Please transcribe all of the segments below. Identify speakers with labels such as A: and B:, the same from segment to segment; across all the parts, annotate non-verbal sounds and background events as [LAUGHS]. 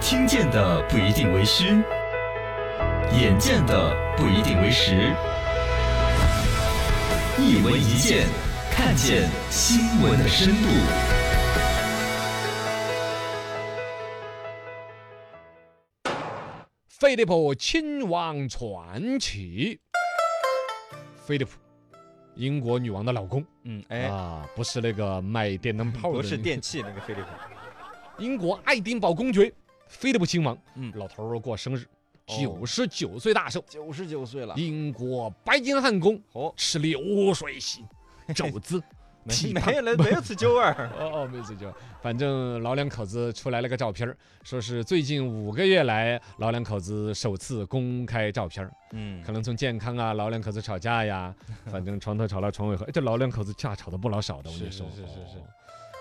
A: 听见的不一定为虚，眼见的不一定为实。一文一见，看见新闻的深度。
B: 菲利普亲王传奇。菲利普，英国女王的老公、
C: 嗯，哎，
B: 啊，不是那个卖电灯泡的，
C: 不是电器那个飞利浦，
B: 英国爱丁堡公爵菲利普亲王。
C: 嗯
B: 老头儿过生日，
C: 哦
B: 九十九岁大寿，
C: 九十九岁了，
B: 英国白金汉宫
C: 哦，
B: 吃流水席，肘子
C: 没
B: 蹄膀
C: 没。有了，没有吃酒味儿，
B: [LAUGHS] 哦，没事就，反正老两口子出来了个照片儿，说是最近五个月来老两口子首次公开照片儿，
C: [LAUGHS] 嗯
B: 可能从健康啊，老两口子吵
C: [LAUGHS]
B: 架呀，反正床头吵了床尾和，哎这老两口子架吵的不老少的，我跟你
C: 是
B: 说。
C: 是是是
B: 哦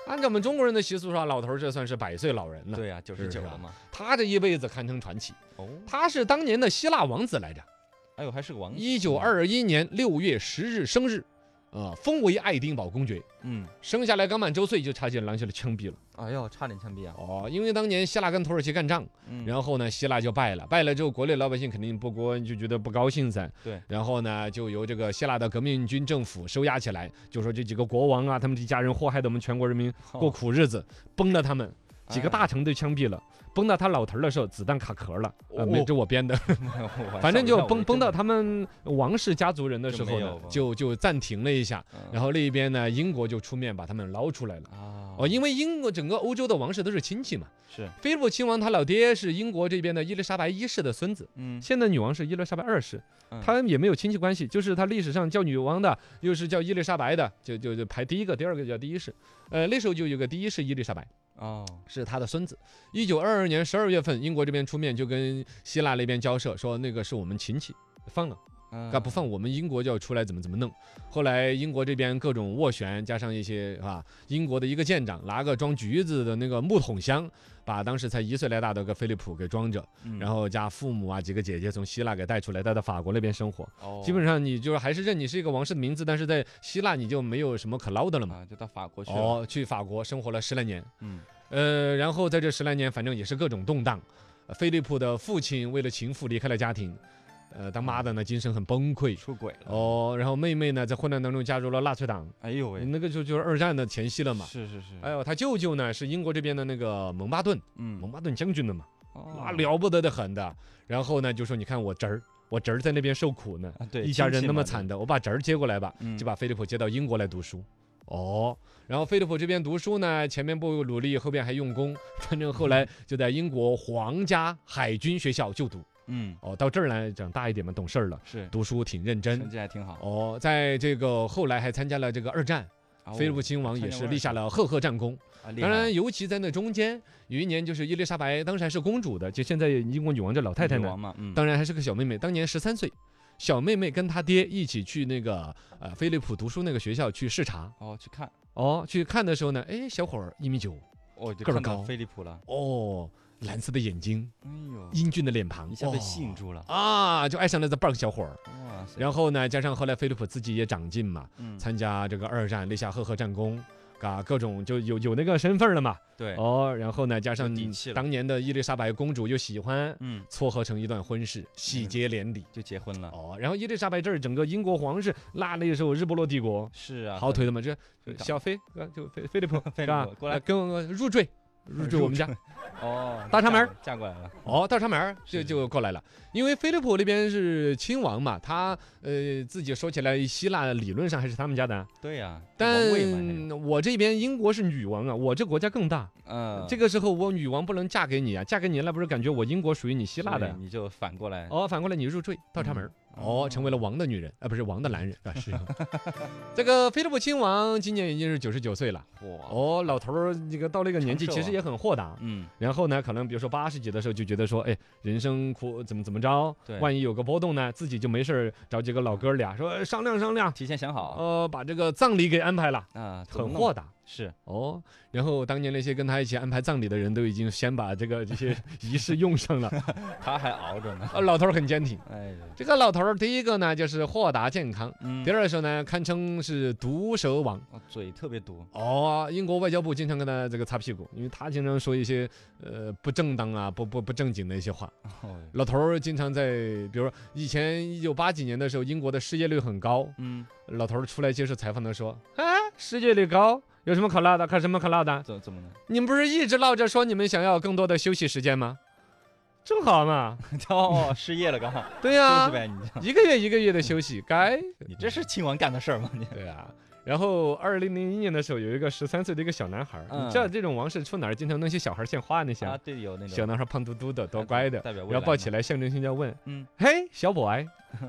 B: 按照我们中国人的习俗说，啊老头儿这算是百岁老人了。
C: 对呀，啊九十九了嘛，
B: 他这一辈子堪称传奇，
C: 哦，
B: 他是当年的希腊王子来着，
C: 哎呦，还是个王子，
B: 一九，二一年六月十日生日，呃，封为爱丁堡公爵。
C: 嗯，
B: 生下来刚满周岁就差点狼下来枪毙了。
C: 哎呦，差点枪毙啊，
B: 哦，因为当年希腊跟土耳其干仗，
C: 嗯，
B: 然后呢，希腊就败了，败了之后，国内老百姓肯定不国就觉得不高兴噻。
C: 对，
B: 然后呢，就由这个希腊的革命军政府收押起来，就说这几个国王啊，他们这家人祸害的我们全国人民
C: 哦哎
B: 过苦日子，崩了他们。
C: [LAUGHS]
B: 几个大臣都枪毙了，崩到他老头儿的时候，子弹卡壳了。呃，没，
C: 哦
B: 这我编的，
C: 我还
B: 反正
C: 吓
B: 就
C: 我一跳
B: 崩崩到，他们王室家族人的时
C: 就没
B: 候呢
C: 有，吧嗯
B: 就就暂停了一下。然
C: 后
B: 后另一边呢，英国就出面把他们捞出来了。
C: 啊，
B: 哦，因为英国整个欧洲的王室都是亲戚嘛，
C: 是，
B: 菲利普亲王他老爹是英国这边的伊丽莎白一世的孙子，
C: 嗯，
B: 现在女王是伊丽莎白二世
C: 嗯，
B: 他也没有亲戚关系，就是他历史上叫女王的，又是叫伊丽莎白的，就就就排第一个，第二个叫第一世。呃，那时候就有个第一世伊丽莎白
C: 哦，
B: 是他的孙子。一九二二年十二月份，英国这边出面就跟希腊那边交涉，说那个是我们亲戚。放了，
C: 啊
B: 啊不，放，我们英国就要出来怎么怎么弄。后来英国这边各种斡旋，加上一些啊，英国的一个舰长拿个装橘子的那个木桶箱，把当时才一岁来大的个菲利普给装着，
C: 嗯
B: 然后加父母啊几个姐姐从希腊给带出来，带到法国那边生活。
C: 哦
B: 基本上你就是还是认你是一个王室的名字，但是在希腊你就没有什么可捞的了嘛。
C: 啊，就到法国去了，
B: 哦，去法国生活了十来年，
C: 嗯，
B: 呃，然后在这十来年，反正也是各种动荡。呃菲利普的父亲为了情妇离开了家庭，呃，当妈的呢精神很崩溃。
C: 出轨了，
B: 哦，然后妹妹呢在混乱当中加入了纳粹党，
C: 哎呦喂，
B: 那个就就是二战的前夕了嘛。
C: 是是是，
B: 哎，呦，他舅舅呢是英国这边的那个蒙巴顿，
C: 嗯，
B: 蒙巴顿将军的嘛。
C: 啊
B: 那了不得的很的。然后呢，就说你看我侄儿，我侄儿在那边受苦呢，
C: 啊，对，
B: 一家人那么惨
C: 的，
B: 的，我把侄儿接过来吧，
C: 嗯
B: 就把菲利普接到英国来读书。哦，然后菲利普这边读书呢，前面不努力，后边还用功，反正后来就在英国皇家海军学校就读。
C: 嗯，
B: 哦，到这儿来长大一点嘛，懂事儿了，
C: 是，
B: 读书挺认真
C: 成。绩还挺好，
B: 哦，在这个后来还参加了这个二战，
C: 啊
B: 菲利普亲王也是立下了赫赫战功。
C: 啊厉
B: 当
C: 害
B: 然，尤其在那中间有一年，就是伊丽莎白当时还是公主的，就现在英国女王这老太太
C: 女
B: 呢
C: 王，嘛，嗯，
B: 当然还是个小妹妹，当年十三岁，小妹妹跟她爹一起去那个呃菲利普读书那个学校去视察。
C: 哦，去看，
B: 哦，去看的时候呢，哎，小伙儿一米九，
C: 哦，就
B: 个儿
C: 看到
B: 高
C: 飞利浦了，
B: 哦，蓝色的眼睛，
C: 哎呦，
B: 英俊的脸庞，
C: 一下被
B: 哇
C: 吸引住了，
B: 啊，就爱上了这棒儿小伙儿。
C: 哇塞，
B: 然后呢，加上后来菲利普自己也长进嘛，
C: 嗯，
B: 参加这个二战立下赫赫战功。啊，各种就有有那个身份了嘛，
C: 对，
B: 哦，然后呢，加上
C: 有底气了
B: 当年的伊丽莎白公主又喜欢，
C: 嗯，
B: 撮合成一段婚事，喜结连理。
C: 就结婚了，
B: 哦，然后伊丽莎白这儿整个英国皇室，那那时候日不落帝国，
C: 是啊，
B: 好腿的嘛，这
C: 很搞
B: 小菲呃就菲菲利
C: [LAUGHS]
B: 普
C: 菲利普
B: 是吧？啊
C: 过来
B: 跟我入赘，入赘我们家。
C: 哦，嫁
B: 大长门儿
C: 嫁过来了，
B: 哦，大长
C: [LAUGHS]
B: 门儿
C: 是
B: 就是就过来了，因为菲利普那边是亲王嘛，他呃自己说起来，希腊理论上还是他们家的啊，
C: 对呀，
B: 但
C: 王位嘛那个
B: 我这边英国是女王啊，我这国家更大，
C: 嗯，
B: 这
C: 个
B: 个时候我女王不能嫁给你啊，嫁给你那不是感觉我英国属于你
C: 希
B: 希腊的呀？
C: 你就反过来，
B: 哦，反过来你入赘倒插门儿，
C: 嗯
B: 哦，成为了王的女人啊，不是王的男人
C: [LAUGHS]
B: 啊，是。这个菲利普亲王今年已经是九十九岁了，
C: 哇，
B: 哦，老头儿这个到那个年纪
C: 长寿啊
B: 其实也很豁达。
C: 嗯，
B: 然后呢，可能比如说八十几的时候就觉得说，哎，人生苦怎么怎么着，
C: 对
B: 万一有个波动呢，自己就没事儿找几个老哥俩说哎商量商量，
C: 提前想好
B: 呃，把这个葬礼给安排了，
C: 啊，怎么
B: 很
C: 弄
B: 豁达。
C: 是
B: 哦，然后当年那些跟他一起安排葬礼的人都已经先把这个这些仪式用上了，
C: 他还熬着呢。
B: 啊，老头儿很坚挺。
C: 哎呀，
B: 这个老头儿，第一个呢就是豁达健康，
C: 嗯
B: 第，二时候呢堪称是毒舌王。
C: 哦嘴特别毒，
B: 哦，英国外交部经常跟他这个擦屁股，因为他经常说一些呃不正当啊、不不不正经的一些话。
C: 哦
B: 老头儿经常在，比如说以前一九八几年的时候，英国的失业率很高，
C: 嗯，
B: 老头儿出来接受采访的说：“啊，世界率高，有什么可闹的？看什么可闹的？
C: 怎怎
B: [LAUGHS]
C: 么了？
B: 你们不是一直闹着说你们想要更多的休息时间吗？正好嘛，
C: 哦，失业了刚 [LAUGHS] 好，
B: 对
C: 休
B: 呀、
C: 息呗，你
B: 一个月一个月的休息，该
C: 你这是亲王干的事儿吗？你
B: [LAUGHS] 对啊。”然后，二零零一年的时候，有一个十三岁的一个小男孩儿，
C: 嗯
B: 你知道这种王室出哪儿经常弄些小孩儿献花那些
C: 啊，，对，有那
B: 小
C: 种
B: 男孩胖嘟嘟的，多乖的，
C: 代表未
B: 然后抱
C: 嘛
B: 起来象征性要问，
C: 嗯
B: 嘿，小
C: [LAUGHS]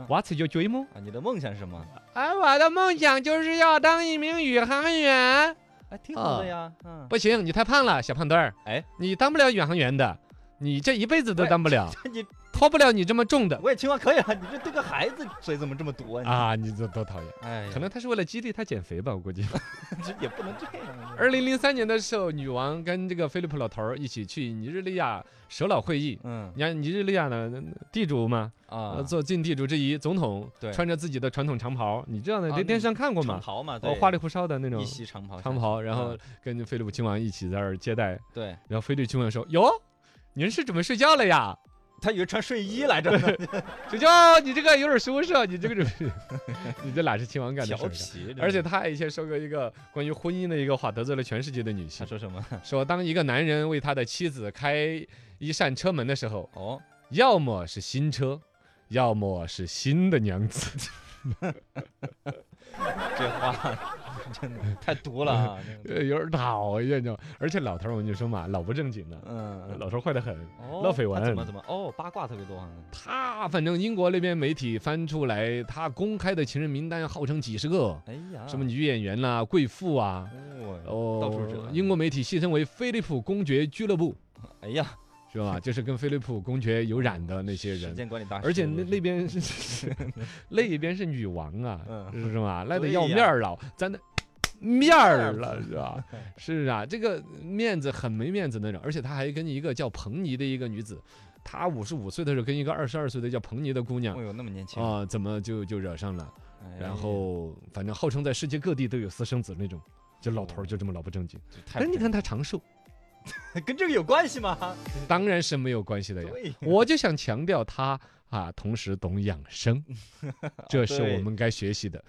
B: boy，what's your dream？
C: 啊，你的梦想是什么？
B: 哎，我的梦想就是要当一名宇航员。
C: 哎，挺好的
B: 啊
C: 呀，嗯，
B: 不行，你太胖了，小胖墩儿。
C: 哎，
B: 你当不了宇航员的，你这一辈子都当不了，
C: 你
B: 脱不了你这么重的
C: 我也亲王可以了，啊你这对个孩子嘴怎么这么毒啊？你，
B: 啊！你这多讨厌。
C: 哎呀，
B: 可能他是为了激励他减肥吧，我估计。 [LAUGHS]
C: 这也不能这样。啊
B: 二零零三年的时候，女王跟这个菲利普老头儿一起去尼日利亚首脑会议。
C: 嗯
B: 你看尼日利亚呢，地主嘛，
C: 啊
B: 呃，做尽地主之谊，总统
C: 对
B: 穿着自己的传统长袍，你知道的，
C: 啊
B: 这电视上看过
C: 长
B: 吗？
C: 袍嘛，
B: 哦
C: 对，，
B: 花里胡哨的那种
C: 一袭长袍，
B: 长袍，然后
C: 嗯
B: 跟菲利普亲王一起在那儿接待，
C: 对
B: 然后菲利普亲王说：“哟，您是准备睡觉了呀？
C: 他以为穿睡衣来着呢，
B: 睡觉，你这个有点羞涩，你这个准备， [LAUGHS] 你这哪是亲王 [LAUGHS] 干的事
C: 调
B: 儿啊？”
C: 皮。
B: 而且他还以前说过一个关于婚姻的一个话，得罪了全世界的女
C: 他 [LAUGHS]
B: 性，
C: 说什么？
B: 说当一个男人为他的妻子开一扇车门的时候，
C: 哦，
B: 要么是新车，要么是新的娘子。 [LAUGHS]
C: 这话真的太毒了啊！那个
B: 呃，有点讨厌，你知道吗？而且老头儿，我跟你说嘛，老不正经的，
C: 嗯，
B: 老头儿坏得很。
C: 哦
B: 闹绯
C: 他怎么
B: 闻
C: 怎么？哦，八卦特别多，好像
B: 他反正英国那边媒体翻出来，他公开的情人名单号称几十个，
C: 哎呀，
B: 什么？女演员啦、贵妇啊，
C: 哦，
B: 哦，
C: 到处是
B: 英国媒体戏称为“菲利普公爵俱乐部
C: 哎呀，”，
B: 是
C: [LAUGHS]
B: 吧？就是跟菲利普公爵有染的那些
C: 时
B: 人。
C: 间管理大师，
B: 而且那那边是 [LAUGHS] 那一边是女王啊，
C: 嗯
B: 是吧？赖得
C: 对
B: 要
C: 呀
B: 面儿了，咱的面儿
C: 面
B: 了是 [LAUGHS] 吧？是啊，这个面子很没面子那种，而且他还跟一个叫彭妮的一个女子，她五十五岁的时候跟一个二十二岁的叫彭妮的姑娘
C: 哦哟，那么年轻，
B: 啊、怎么就就惹上了？
C: 哎呀
B: 然后反正号称在世界各地都有私生子那种，这老头儿就这么老不正经。
C: 这太
B: 哎但是你
C: 不
B: 看他长寿，
C: 正跟这个有关系吗？
B: 当然是没有关系的呀。
C: 对，
B: 我就想强调他啊，同时懂养生，这是我们该学习的。